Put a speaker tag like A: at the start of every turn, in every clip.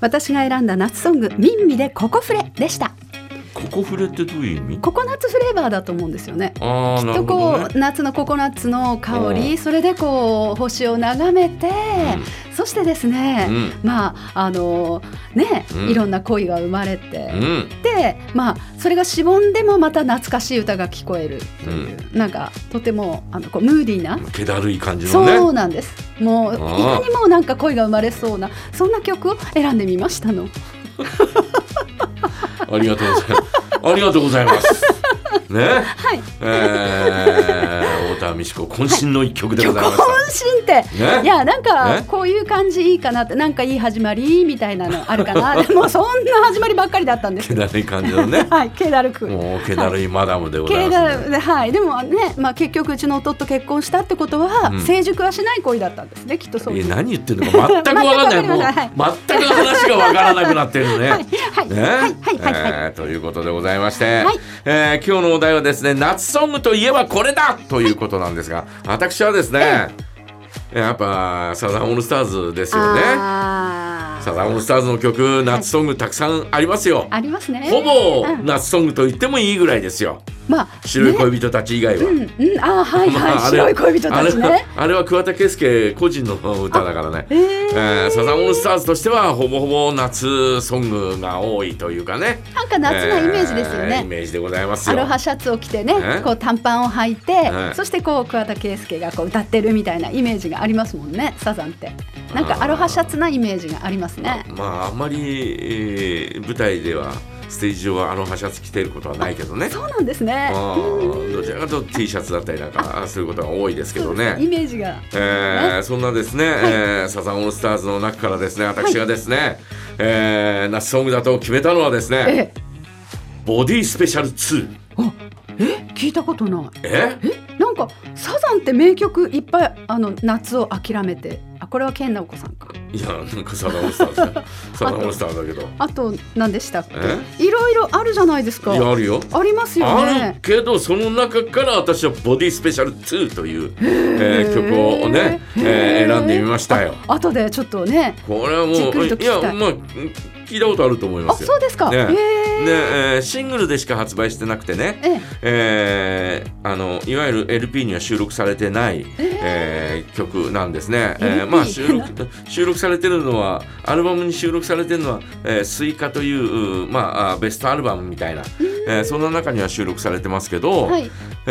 A: 私が選んだ夏ソング「ミンミでココフレ」でした
B: ココフレってどういう意味
A: ココナッツフレーバーだと思うんですよね
B: ああな
A: と
B: るほ
A: こ
B: ど、
A: う、
B: ね
A: 夏のココナッツの香り、それでこう星を眺めて、そしてですね、
B: うん
A: まああのね、
B: うん
A: いろんな恋が生まれて、
B: うん
A: でまあそれがしぼんでもまた懐かしい歌が聞こえるという、なんかとてもあのこうムーディーな、
B: うん気だるい感じのね
A: そうなんですもうい
B: ああ
A: かにもなんか恋が生まれそうなそんな曲を選んでみましたの
B: ありがとうござ います。ありがとうございます。ね。はい。えー、太田美子渾身の一曲でございまし
A: 渾身って
B: た。
A: い
B: ね。
A: やなんか
B: ね
A: こういう感じいいかなってなんかいい始まりみたいなのあるかな でもそんな始まりばっかりだったんです。
B: 気だるい感じのね
A: はい、気だるく。
B: もう気だるいマダムでござい
A: 気
B: ま
A: だ
B: す、ね。
A: るはい、でもね、まあ、結局うちの夫と結婚したってことは、
B: うん
A: 成熟はしない恋だったんですね、きっとそう
B: え
A: いう。
B: 何言ってるのか全くわかんない。
A: 全く
B: もう
A: わかりません
B: 全く話がわからなくなってるね。
A: はい、はい、
B: ね
A: はい、はい、はい、はい。
B: えーということでございまして、
A: はい
B: えー今日のお題はですね夏ソングといえばこれだということなんですが私はですね、やっぱサザンオールスターズですよね。
A: あ
B: サ
A: ー
B: ザンオールスターズの曲夏ソングたくさんありますよ、
A: ありますね。
B: ほぼ
A: うん
B: 夏ソングと言ってもいいぐらいですよ
A: まあ、
B: 白い
A: ね
B: 恋人たち以外は、
A: うん、うん、あー、はい、はい、
B: まああれは
A: 白い恋人たち
B: あれは
A: ね。
B: あれは桑田佳祐個人の歌だからね
A: えー、
B: えーサザンオールスターズとしてはほぼほぼ夏ソングが多いというかね
A: なんか夏なイメージですよ
B: えーイ
A: ね。
B: メージでございます
A: ア
B: よ
A: ロハシャツを着てね、
B: え
A: こう短パンを履いて、
B: え
A: そしてこう桑田佳祐がこう歌ってるみたいなイメージがありますもんね、サザンって。なんかアロハシャツなイメージがありますね。
B: まああんまり、えー舞台ではステージ上はあのハシャツ着てることはないけどね
A: そうなんですね。
B: あーどちらかというと T シャツだったりなんかすることが多いですけどね
A: イメージが。
B: えーそんなですね、えーサザンオールスターズの中からですね私がですね、えー夏ソングだと決めたのはですね
A: ええ、
B: 「ボディスペシャル2
A: 聞いたことない」。
B: え
A: なんかサザンって名曲いっぱいあの夏を諦めて、あこれは健直子さんか。
B: いやなんかサザンオールスターズだ サザンオールスターズだけど
A: あと何でしたっ
B: え
A: け？いろいろあるじゃないですか。
B: いやあるよ
A: ありますよ
B: ある
A: ね。
B: けどその中から私は「ボディスペシャル2」という、えー曲をね、えー選んでみましたよ。
A: 後でちょっとね。
B: これはもう
A: じっくりと聞
B: い
A: きたい
B: やまあ聞いたことあると思い
A: あ
B: ますよ。
A: そうですか。
B: ね
A: ええ
B: ねえーシングルでしか発売してなくてね、
A: ええ
B: えーあのいわゆる LP には収録されてない、えー曲なんですね、えー
A: LP
B: まあ、収録収録されてるのはアルバムに収録されてるのは「えースイカという、うまあ、あベストアルバムみたいな、えーそんな中には収録されてますけど、
A: はい。
B: え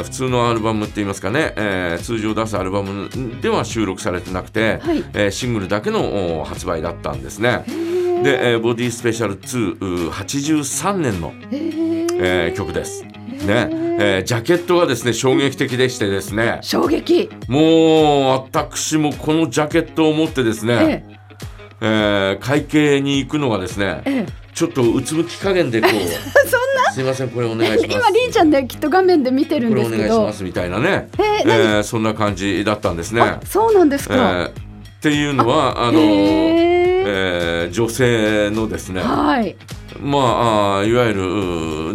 B: ー普通のアルバムって言いますかね、えー通常出すアルバムでは収録されてなくて、
A: はい
B: えーシングルだけのお発売だったんですね。で、えーボディスペシャル2 83年の
A: ええ
B: えー曲です。ねえージャケットがですね衝撃的でしてですね
A: 衝撃。
B: もう私もこのジャケットを持ってですね、
A: ええ
B: えー会計に行くのがですね、
A: ええ
B: ちょっとうつむき加減でこ う
A: そんな
B: すいませんこれお願いします
A: 今りーちゃんねきっと画面で見てるん
B: こ
A: で
B: れお
A: す
B: 願い
A: け
B: し
A: ど
B: ま。すみたいなね、
A: えー
B: ーそんな感じだったんですね
A: あ。そうなんです
B: え
A: か。
B: ーっていうのはあの
A: へえ
B: えー女性のですね
A: はい。
B: まああーいわゆるう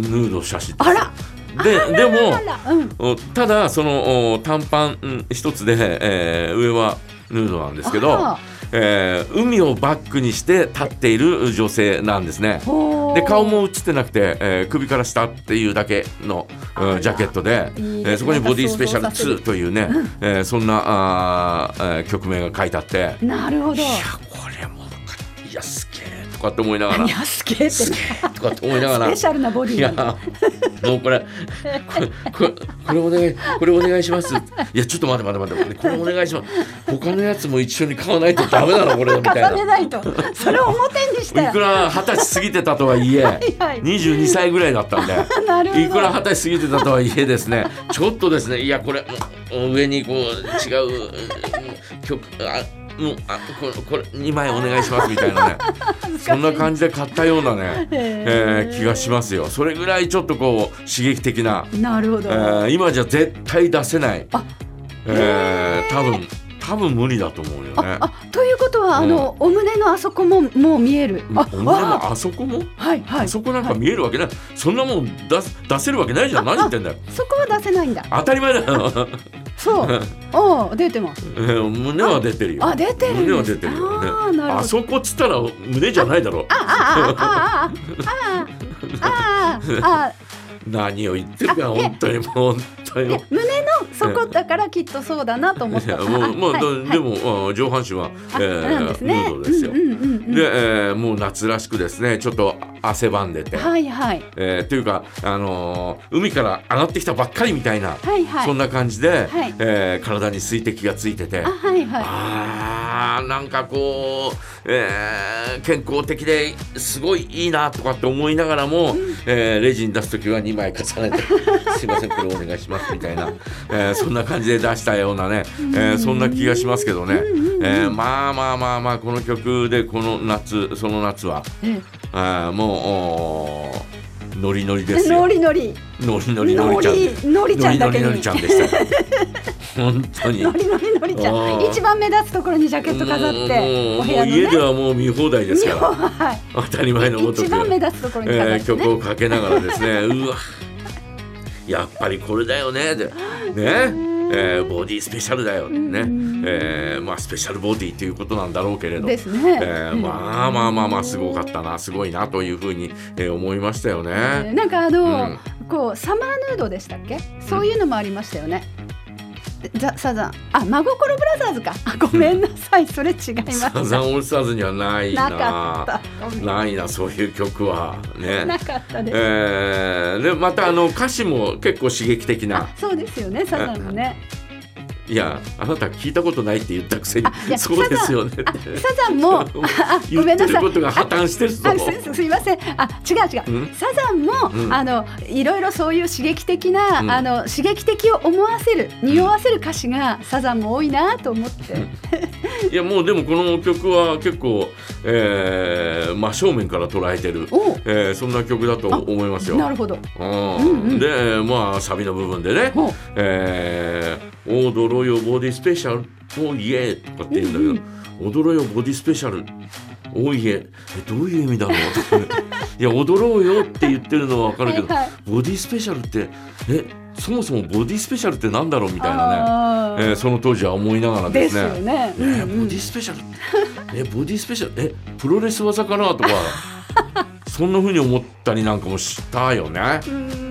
B: ーヌード写真です
A: あら。
B: ででも
A: あら。うん。
B: おただそのお短パンうん一つで、えー上はヌードなんですけど
A: あ、
B: えー海をバックにして立っている女性なんですね
A: ほー
B: で顔も映ってなくて、えー首から下っていうだけの、うん
A: あら
B: ジャケットで
A: いいね
B: えーそこに「ボディスペシャル
A: なんか想像させ
B: 2」というね、えーそんなあー、えー曲名が書いてあって「
A: なるほ
B: い
A: ど。
B: や
A: い
B: これもいやすげえ」とかって思いながら
A: やすげえって。
B: す
A: ス
B: げえとかって思いながら
A: ペシャルなボデ
B: い
A: ィ
B: や
A: なんだ。
B: もうこれこれこれこれお願いこれお願いしますいやちょっと待って待って待ってこれお願いします他のやつも一緒に買わないとダメなのこれ みたい
A: 重ね
B: な
A: ないと。それを表にした
B: いく
A: よ。
B: ら二十歳過ぎてたとはい え
A: はい
B: 22歳ぐらい だったんで
A: なるほど。
B: いくら二十歳過ぎてたとはいえですねちょっとですねいやこれもう上にこう違ううん曲あもうあこれこれ2枚お願いしますみたい なねそんな感じで買ったようなね、
A: へ
B: えー気がしますよそれぐらいちょっとこう刺激的な
A: なるほど。
B: えー今じゃ絶対出せない、
A: あ
B: えー多分多分無理だと思うよね。
A: あということは、
B: うん
A: あのお胸のあそこももう見える。あ
B: お前
A: あ
B: もあそこも、
A: はいは
B: あ
A: い。そ
B: そこなんか見えるわけない、そんなもん出す出せるわけないじゃん
A: あ
B: 何言ってんだよ
A: こは出せないんだ。
B: 当たり前だよ
A: そう。ああ出てます。
B: うん胸は出てるよ
A: あ出てるんです。
B: 胸は出てるよね
A: ああなる
B: あ
A: ほど。
B: そこっつったら胸じゃないだろう
A: ああああああああああああ
B: 何を言ってるか
A: あいえ
B: 本当にもう本当
A: いや
B: に
A: 胸のそこだからきっとそうだなと思っ
B: い
A: た。
B: やもうまあ、
A: はい
B: だ
A: はい
B: でも、あ上半身は、え
A: あなんですね。
B: ムードですよ。
A: うんうんうんうん
B: で、えーもう夏らしくですねちょっと汗ばんでて、
A: はいはい
B: えーというか、あのー海から上がってきたばっかりみたいな、
A: はいはい。
B: そんな感じで、
A: はい
B: えー体に水滴がついてて
A: あ。はいはい。
B: あーなんかこう、えー健康的ですごいいいなとかって思いながらも、えーレジに出す時は2枚重ねて 「すいませんこれお願いします」みたいな、えーそんな感じで出したようなね、えーそんな気がしますけどね、えーまあまあまあまあこの曲でこの夏その夏は
A: ええ
B: あーもうおーノリノリです
A: ノ
B: よ。
A: リノリ
B: ノリノリノリちゃん
A: ノリノリちゃ
B: で。
A: んだけに
B: ノリノリノリちゃんでし た。本当に。
A: ノリノリノリちゃ
B: あ
A: ん
B: ー
A: 一番目立つところにジャケット飾ってお
B: もう
A: 部屋の
B: もう家で
A: ね。
B: はもう見放題ですから
A: は
B: 当たり前のご
A: い。
B: と
A: 一
B: く、
A: 番目立つところに飾
B: え
A: っ
B: ー
A: て
B: 曲
A: ね。
B: をかけながらですね うわやっぱりこれだよねでね、えーボディスペシャルだよね、
A: うん
B: えーまあ、スペシャルボディということなんだろうけれど。
A: ですね。
B: えー
A: うん
B: まあまあまあまあすごかったなすごいなというふうに、えー思いましたよね。
A: なんかあ
B: う
A: の
B: ん
A: こうサマーヌードでしたっけ？そういうのもありましたよね。ザサザンあ真心ブラザーズか。あごめんなさいそれ違います。
B: サザンオールスターズにはないな
A: なかった。ごめん
B: ないなそういう曲はね。
A: なかったです。
B: えーでまたあの歌詞も結構刺激的な
A: あそうですよねサザンのね。
B: いやあなた聞いたことないって言ったくせに
A: いや
B: そうですよね
A: あサザンもあ
B: 言
A: ごめ
B: っ
A: ん
B: て
A: な
B: る
A: さい
B: こ。とが破綻してるぞ
A: あす すいませんあ違う違
B: ん
A: うサザンも、
B: うん
A: あのいろいろそういう刺激的な、
B: うん
A: あの刺激的を思わせる匂わせる歌詞がサザンも多いなと思って、
B: いやもうでもこの曲は結構、えー真正面から捉えてる、
A: おう
B: えーそんな曲だと思いますよ。
A: なるほど
B: うん
A: うんうん
B: でまあサビの部分でね
A: ほう
B: 「えー、踊ろよボディスペシャルおいえ」とかって言うんだけど「踊ろよボディスペシャルおいえ」えどういう意 味だろうとかねいや「踊ろうよ」って言ってるのは分かるけど
A: はいはい
B: ボディスペシャルってえそもそもボディスペシャルってなんだろうみたいなね、
A: あ
B: え
A: ー
B: ーその当時は思いながらで
A: ですす
B: ね
A: よ。ね、う
B: ねえ
A: んう
B: ボ
A: ん
B: ディスペシャ ルってえボディスペシャルえプロレス技かな とかそんな風に思ったりなんかもしたよね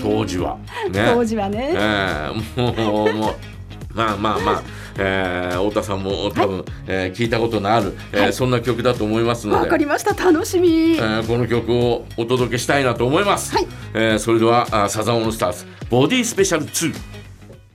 B: 当時は
A: 当
B: ね
A: 時はね
B: ええもうもうまあまあまあ、えー、太田さんも多分、えー聞いたことのある、えー
A: はい
B: そんな曲だと思いますの
A: わ
B: で、
A: かりました楽しみ、
B: えーこの曲をお届けしたいなと思います、
A: はい
B: えーそれではあサザンオールスターズボディスペシャル2